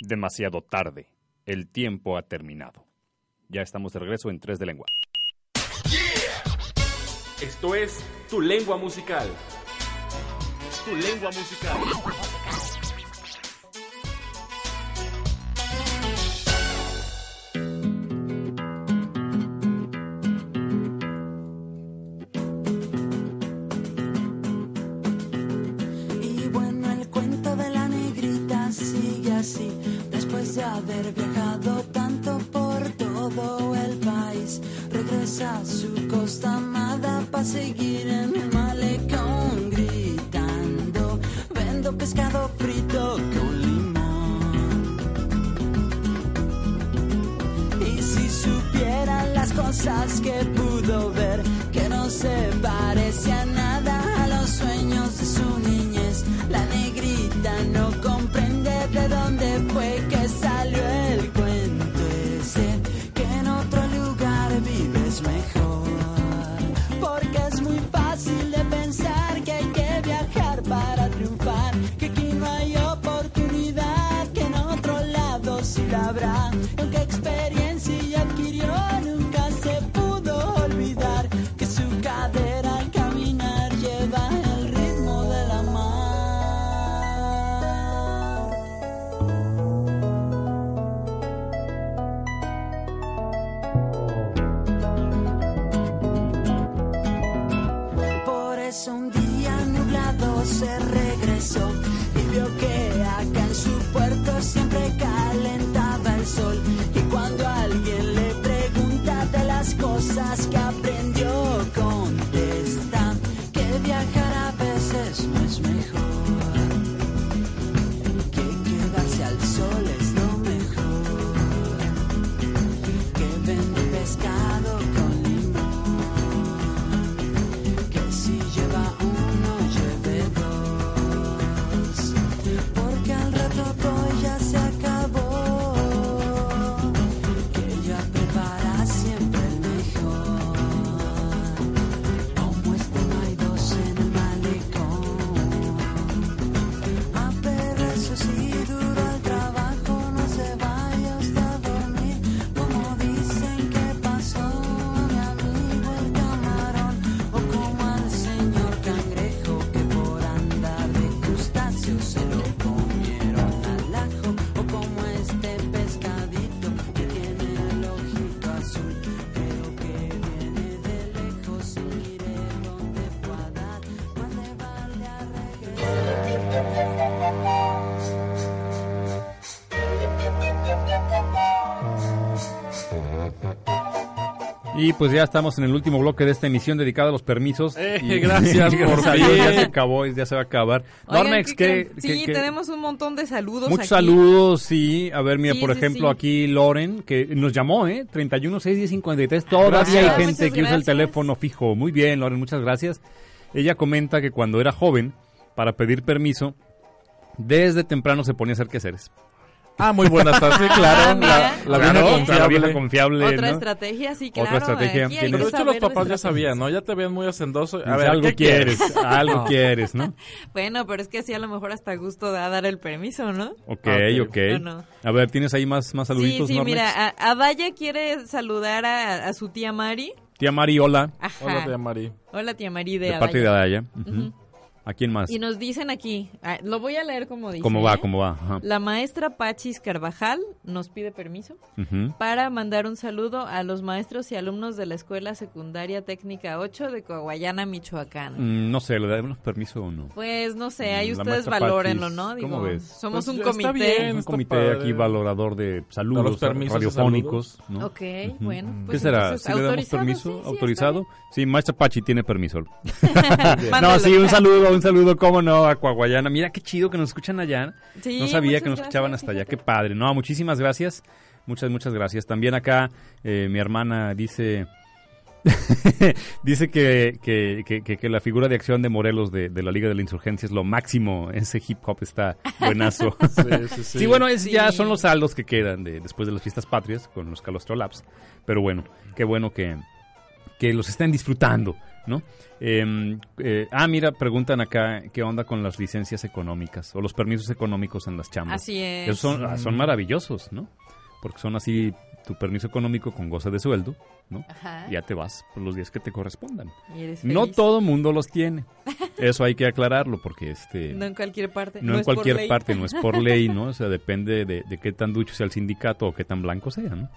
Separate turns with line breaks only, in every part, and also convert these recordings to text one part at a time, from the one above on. Demasiado tarde. El tiempo ha terminado. Ya estamos de regreso en 3 de lengua.
Esto es Tu Lengua Musical. Tu Lengua Musical.
Y bueno, el cuento de la negrita sigue así. Después de haber viajado tanto por todo el país, regresa a su costa amada para seguir en el malecón gritando. Vendo pescado frito con limón. Y si supieran las cosas que pudo ver, que no se parece a nada a los sueños de su niñez, la negrita no comprende de dónde fue que salió el cuento ese, que en otro lugar vives mejor. Porque es muy fácil de pensar que hay que viajar para triunfar, que aquí no hay oportunidad, que en otro lado sí la habrá. Y Aunque experiencia adquirió, nunca se pudo olvidar que su cadera al caminar lleva el ritmo de la mar. Por eso un día nublado se regresó y vio que acá en su puerto siempre calentaba el sol. Y cuando alguien le pregunta de las cosas que aprendió, contesta que viajar a veces no es mejor. Que quedarse al sol es lo mejor. Que vende pescado con limón. Que si lleva uno, lleve dos. Porque al rato todo ya se acabó. Que ella prepara siempre el mejor. Como este no hay dos en el malecón. A pedazos y duro al trabajo, no se vaya usted a dormir. Como dicen que pasó a mi amigo el camarón, o como al señor cangrejo que por andar de crustáceos se lo comieron al ajo, o como este pescadito que tiene el ojito azul, pero que viene de lejos y mire dónde fue a dar, más le vale a
Y pues ya estamos en el último bloque de esta emisión dedicada a los permisos.
Eh,
Y-
gracias por
gracias a Dios, ya
fin.
se acabó, y ya se va a acabar.
Oigan,
Normex,
¿qué creen?
que,
Sí, tenemos un montón de saludos.
muchos
aquí.
saludos, sí. A ver, mira,
Sí,
por
sí,
ejemplo,
sí.
aquí Loren, que nos llamó, ¿eh? 31 6 10 53. Todavía hay
Gracias.
gente
Muchas
que usa el
gracias.
teléfono fijo. Muy bien, Loren, muchas gracias. Ella comenta que cuando era joven, para pedir permiso, desde temprano se ponía a hacer quehaceres.
Ah, muy buenas tardes, sí,
Ah,
claro.
mira.
La, la
Claro,
vieja
la
confiable.
vieja confiable,
Otra
¿no?
estrategia, sí,
Otra
claro.
estrategia.
aquí hay
Tienes-
que
Pero esto los
saber
papás ya
nuestra-
sabían, ¿no? Ya te ven muy hacendoso. A
Dice,
ver,
algo
¿qué quieres?
algo
No.
quieres, ¿no?
Bueno, pero es que sí, a lo mejor hasta gusto da dar el permiso, ¿no?
Ok,
Ah,
ok.
ok.
No, no.
A ver, ¿tienes ahí más, más saluditos,
sí, sí,
Normex?
mira, a- Adaya quiere saludar a, a su tía Mari.
Tía Mari, hola.
Ajá.
Hola, tía Mari.
Hola, tía Mari ah, de,
De, parte de
Adaya.
Adaya. Ujú. ¿A quién más?
Y nos dicen aquí, ah, lo voy a leer como dice.
¿Cómo va?
¿eh?
¿Cómo va? Ajá.
La maestra Pachis Carvajal nos pide permiso
Ujú.
para mandar un saludo a los maestros y alumnos de la Escuela Secundaria Técnica 8 de Coahuayana, Michoacán.
Mm, no sé, ¿le damos permiso o no?
Pues no sé, ahí
La
ustedes
maestra
valórenlo,
Pachis,
¿no? Digo,
¿cómo ves?
somos
Pues
un
ya está
comité.
bien.
Un
está
comité
padre.
aquí valorador de saludos
los permisos de
radiofónicos. ¿no?
Ok, bueno.
¿Qué
pues
será?
entonces,
¿Si le damos
autorizado,
permiso?
sí, sí, está
¿Autorizado? Sí, Maestra Pachi tiene permiso.
bien.
no,
Mándalo.
sí, un saludo, un saludo, cómo no, a Coahuayana. Mira qué chido que nos escuchan allá.
Sí,
no sabía que
muchas
nos escuchaban
gracias,
hasta allá. Qué
fíjate.
padre. No, muchísimas gracias. Muchas, muchas gracias. También acá eh, mi hermana dice... dice que, que, que- que- que la figura de acción de Morelos de, de la Liga de la Insurgencia es lo máximo. Ese hip hop está buenazo.
Sí, sí, sí.
Sí, bueno, es, ya
Sí.
son los saldos que quedan de, después de las fiestas patrias con los Calostro Labs. Pero bueno, qué bueno que, que los estén disfrutando. ¿no? Em, eh, ah, mira, preguntan acá qué onda con las licencias económicas o los permisos económicos en las chambas.
Así es. Mm.
Esos son, ah, son maravillosos, ¿no? Porque son así tu permiso económico con goce de sueldo, ¿no?
Ajá.
Y Ya te vas por los días que te correspondan.
Y eres
No
Ah. feliz.
todo mundo los tiene. Eso hay que aclararlo porque este
No en cualquier parte.
no, en
es por
cualquier
ley.
parte, no es por ley, ¿no? O sea, depende de, de qué tan ducho sea el sindicato o qué tan blanco sea, ¿no?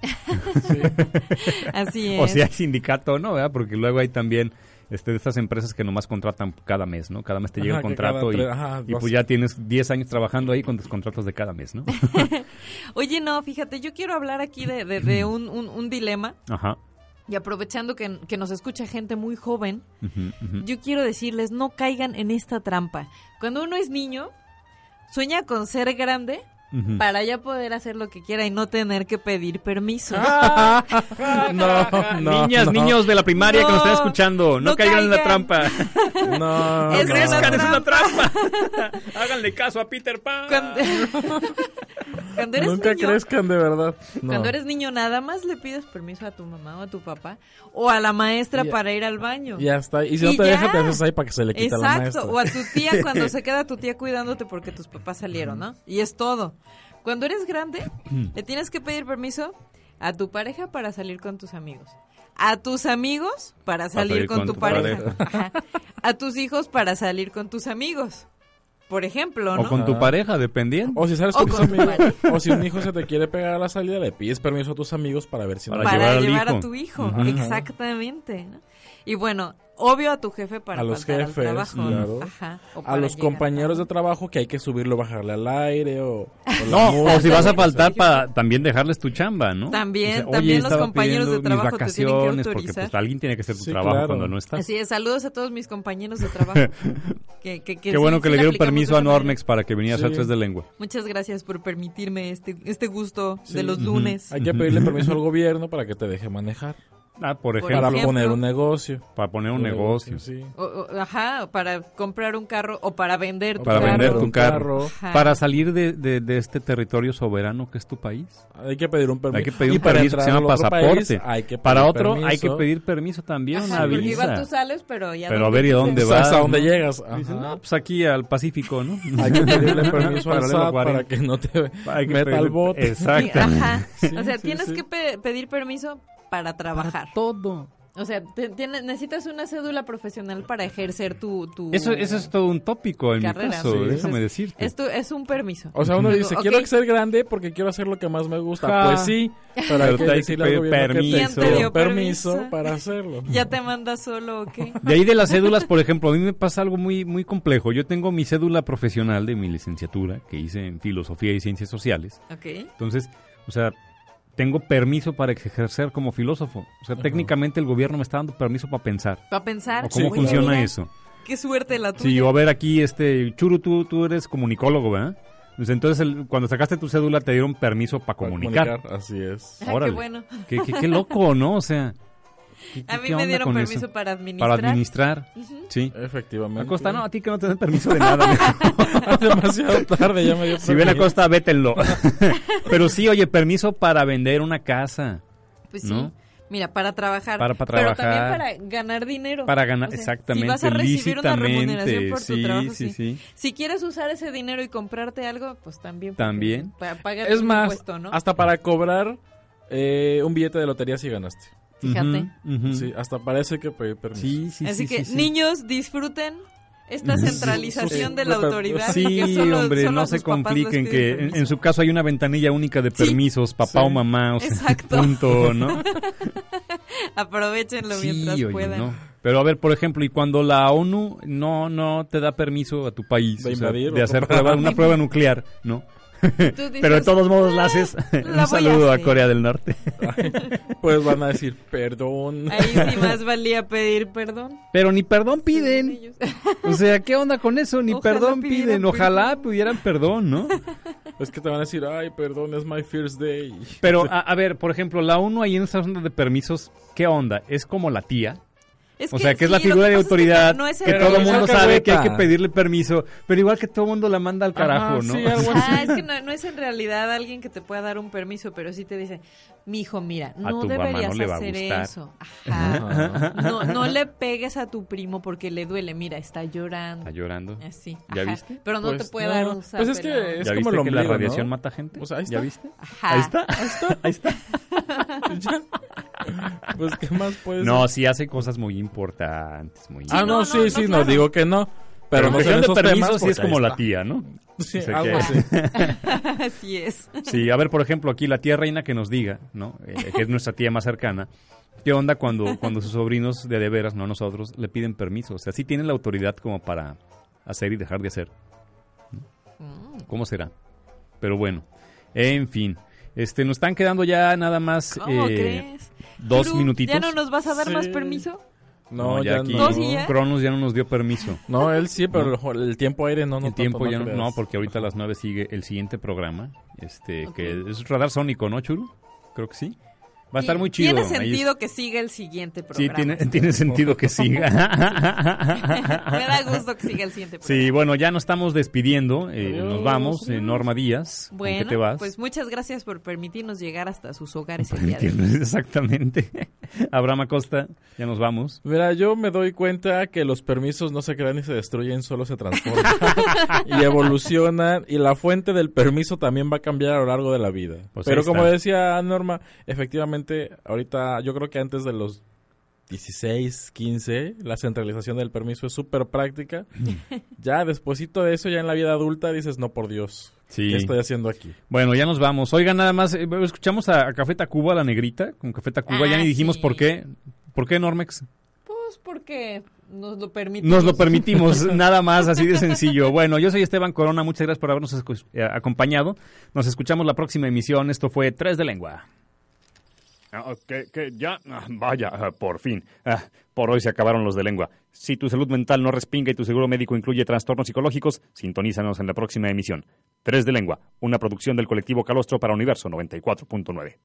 Así es.
O si hay sindicato o no, ¿verdad? Porque luego hay también este, de estas empresas que nomás contratan cada mes, ¿no? Cada mes te llega
Ajá,
el
que
contrato
cada
y,
tres- ajá,
y
dos.
pues ya tienes 10 años trabajando ahí con tus contratos de cada mes, ¿no?
Oye, no, fíjate, yo quiero hablar aquí de, de- de un, un- un dilema.
Ajá.
Y aprovechando que, que nos escucha gente muy joven,
Ujú, ujú.
yo quiero decirles, no caigan en esta trampa. Cuando uno es niño, sueña con ser grande
Ujú.
para ya poder hacer lo que quiera y no tener que pedir permiso.
Ah. no, no.
Niñas,
no.
niños de la primaria que nos están
No,
escuchando, no,
no
caigan en la
caigan.
trampa.
No. no.
Es una
Crezcan, es una
trampa.
trampa. Háganle caso a Peter Pan.
Cuando, cuando eres
Nunca
niño,
crezcan de verdad. No.
Cuando eres niño nada más le pides permiso a tu mamá o a tu papá o a la maestra
Ya-
para ir al baño.
Ya está. Y si no
Y
te
ya.
deja, te haces ahí para que se le quita la maestra.
Exacto, o a tu tía cuando se queda tu tía cuidándote porque tus papás salieron, ¿no? Y es todo. Cuando eres grande, le tienes que pedir permiso a tu pareja para salir con tus amigos. A tus amigos para salir con, tu, pareja. Ajá. A tus hijos para salir con tus amigos. Por ejemplo, ¿no?
O con tu pareja, dependiendo.
O si sabes
O
que tus
con tu
amigos-
pareja.
o si un hijo se te quiere pegar a la salida, le pides permiso a tus amigos para ver si no
Para
le-
para
llevar
llevar,
al hijo.
a tu hijo. Exactamente. ¿no? Y bueno, obvio a tu jefe para
a los
faltar al
jefes,
trabajo, ¿no?
claro.
Ajá, o
a
para
los
llegar
compañeros de
tarde.
trabajo que hay que subirlo, bajarle al aire o, o la
No,
música,
o si vas a
no sé.
faltar para también dejarles tu chamba, ¿no?
También,
O sea,
también los
estaba
compañeros de
pidiendo mis
trabajo te tienen que
vacaciones", porque
autorizar.
pues, alguien tiene que hacer tu
Sí,
trabajo
claro.
cuando no estás.
Así es, saludos a todos mis compañeros de trabajo. Que- que- que
Qué
sí,
bueno
sí
que
la
le dieron
aplicamos
permiso
de
a
esa manera.
Normex para que viniera a hacer
Sí.
tres de lengua.
Muchas gracias por permitirme este, este gusto de
Sí.
los
Ujú.
lunes.
Hay que pedirle permiso al gobierno para que te deje manejar.
Ah, por
Por
ejemplo,
para
ejemplo.
poner un negocio.
para poner un negocio.
Sí.
O- o- ajá, para comprar un carro o para vender tu
Para
carro.
vender tu
un
carro.
Ajá.
Para salir de, de- de este territorio soberano que es tu país.
Hay que pedir un permiso.
Hay que pedir
Y
un
para
permiso que se
entrar
llama
al otro
pasaporte.
país, hay que pedir
Para otro hay que
permiso.
pedir permiso también,
Ajá,
una
porque igual
visa.
tú sales, pero ya
Pero a ver, ¿y a dónde
O sea,
vas?
hasta donde
no?
llegas.
Dices,
ajá.
no, pues aquí al Pacífico, ¿no?
Hay que pedirle permiso al
Paralelo 40.
SAT para que no te
Hay que
meta al
pedirle-
bote.
Sí,
Exacto.
ajá.
Sí,
o sea,
sí,
tienes
sí.
que pe- pedir permiso para trabajar.
Todo.
O sea, te- tiene- necesitas una cédula profesional para ejercer tu... tu
Eso, eso es todo un tópico en mi
Carrera.
caso,
Sí.
déjame decirte.
Esto es un permiso.
O sea, uno dice,
Ok.
quiero ser grande porque quiero hacer lo que más me gusta.
Ja.
Pues sí, pero hay
Pero
que
te hay que
decirle al
pedir
gobierno que te
permiso.
dé
Ah. ¿Quién te
dio
permiso
permiso?
para hacerlo.
¿Ya te mandas solo o qué?
De ahí de las cédulas, por ejemplo, a mí me pasa algo muy, muy complejo. Yo tengo mi cédula profesional de mi licenciatura que hice en Filosofía y Ciencias Sociales.
Ok.
Entonces, o sea, tengo permiso para ejercer como filósofo. O sea,
Ajá.
técnicamente el gobierno me está dando permiso para pensar.
Para pensar.
¿O cómo
Sí,
Oye,
funciona
mira,
eso?
Qué suerte la tuya.
Sí, yo, a ver, aquí, este, Churu, tú, tú eres comunicólogo, ¿verdad? Pues, entonces, el- cuando sacaste tu cédula te dieron permiso para
Para
comunicar.
Así es.
Ah, qué
Órale.
bueno.
Qué, qué- qué loco, ¿no? O sea, ¿qué-
A
qué-
mí
qué
me
onda
dieron
con
permiso
eso?
para administrar.
para administrar. Sí.
Efectivamente.
Acosta, no, a ti que no te den permiso de nada. mijo.
Demasiado tarde, ya me dio
si ven
permiso.
Acosta, vétenlo. Pero sí, oye, permiso para vender una casa,
Pues sí.
¿no?
Mira, para trabajar.
Para- para
Pero también
trabajar.
para ganar dinero.
para ganar,
O sea,
exactamente,
Si vas a recibir una
lícitamente.
remuneración por tu
sí,
trabajo,
sí,
sí,
sí.
Si quieres usar ese dinero y comprarte algo, pues también. porque
También.
pa- paga
Es
tu
más,
impuesto, ¿no?
hasta para cobrar eh, un billete de lotería si ganaste.
Fíjate.
Ujú, ujú.
Sí, hasta para eso hay que pedir permiso.
Mm. Sí, sí,
Así
sí,
que,
sí, sí.
niños, disfruten esta centralización
sí.
de la autoridad.
Sí,
que solo-
hombre,
solo a
no
sus
se
papás les
compliquen,
piden
que en,
permiso.
en su caso hay una ventanilla única de
Sí.
permisos, papá
Sí.
o mamá, o sea,
Exacto.
punto, ¿no?
Aprovechenlo
Sí,
mientras
oye,
puedan.
no. Pero a ver, por ejemplo, y cuando la ONU no no te da permiso a tu país
De
o sea,
invadir
de
otro
hacer
país.
prueba- una prueba nuclear, ¿no?
Tú dices, "Ah,
Pero de todos modos la haces.
voy a
Un saludo a
hacer.
Corea del Norte.
Pues van a decir, perdón.
Ahí sí más valía pedir perdón.
Pero ni perdón
según
piden.
ellos.
O sea, ¿qué onda con eso? Ni
Ojalá
perdón
pidieran
piden.
perdón.
Ojalá pudieran perdón, ¿no?
Es que te van a decir, ay, perdón, es my first day.
Pero, a, a ver, por ejemplo, la ONU ahí en esa onda de permisos, ¿qué onda? ¿Es como la tía?
Es
o sea, que es la
sí, lo
figura de
pasa es que
autoridad
no es el
que
problema.
todo el mundo
Esa
sabe que hay que
cahueta.
pedirle permiso, pero igual que todo el mundo la manda al
Ajá,
carajo, ¿no?
sí, algo así.
Ah, es que no, no es en realidad alguien que te pueda dar un permiso, pero sí te dice, mijo, mira,
A
no
tu mamá
deberías
no le va a
hacer
gustar".
eso. Ajá. No, no le pegues a tu primo porque le duele, mira, está llorando.
Está llorando.
Así.
¿Ya
ajá.
viste?
Pero no te
Pues
puede
no,
dar un
pues es
zapelón.
que- Es
¿Ya
como
viste
el
que la
ombligo,
radiación
¿no?
mata gente?
O sea, ahí
¿Ya
está.
viste?
Ajá.
Ahí está. Ahí está.
Pues, ¿qué más puedes
No, sí hace cosas muy importantes, muy
Ah,
no,
no,
no,
sí,
no,
sí, no,
claro.
digo que no. Pero,
en
no
cuestión
son
de
esos
permiso
temas
sí es
porque ahí
como la
está.
tía, ¿no?
Sí,
O sea
algo
que-
así.
Así es.
Sí, a ver, por ejemplo, aquí la tía reina que nos diga, ¿no? Eh, que es nuestra tía más cercana. ¿Qué onda cuando, cuando sus sobrinos de de veras, no nosotros, le piden permiso? O sea, sí tienen la autoridad como para hacer y dejar de hacer.
Mm,
¿Cómo será? Pero bueno, en fin. Este, nos están quedando ya nada más
¿Cómo
eh,
crees?
dos
Gru,
minutitos.
¿Ya no nos vas a dar más
Sí.
permiso?
No,
No,
ya,
aquí
no.
¿Dos y ya?
Cronos ya no nos dio permiso.
No, él sí, pero el, el tiempo aire no, no
el tiempo
tanto,
ya no,
creas.
no, porque ahorita a las 9 sigue el siguiente programa, este
Ok.
que es radar sónico, ¿no, Chulo? Creo que sí. Va a estar muy chido.
Tiene
ahí es-
sentido que siga el siguiente
Sí,
programa.
tiene, tiene sentido que
Me
siga.
da gusto que siga el siguiente programa.
sí, bueno, ya nos estamos despidiendo, eh, nos vamos, eh, Norma Díaz, ¿con
Bueno,
qué te vas?
pues muchas gracias por permitirnos llegar hasta sus hogares el día de hoy.
Permitirnos- Exactamente. Abraham Acosta, ya nos vamos.
Mira, yo me doy cuenta que los permisos no se crean ni se destruyen, solo se transforman y evolucionan y la fuente del permiso también va a cambiar a lo largo de la vida.
Pues ahí
Pero como
está.
decía Norma, efectivamente, ahorita yo creo que antes de los 16, 15, la centralización del permiso es súper práctica. ya despuesito de eso, ya en la vida adulta dices, no por Dios,
Sí.
¿qué estoy haciendo aquí?
Bueno, ya nos vamos. Oigan, nada más, eh, escuchamos a, a Café Tacuba, la negrita, con Café Tacuba, ya
Ah,
ni dijimos
sí.
por qué. ¿Por qué Normex?
Pues porque nos lo permiten.
Nos lo permitimos, nada más, así de sencillo. Bueno, yo soy Esteban Corona, muchas gracias por habernos escu- eh, acompañado. Nos escuchamos la próxima emisión. Esto fue Tres de Lengua.
Ah, que, que ya, ah, vaya, ah, por fin. Ah, por hoy se acabaron los de lengua. Si tu salud mental no respinga y tu seguro médico incluye trastornos psicológicos, sintonízanos en la próxima emisión. Tres de lengua, una producción del colectivo Calostro para Universo 94.9.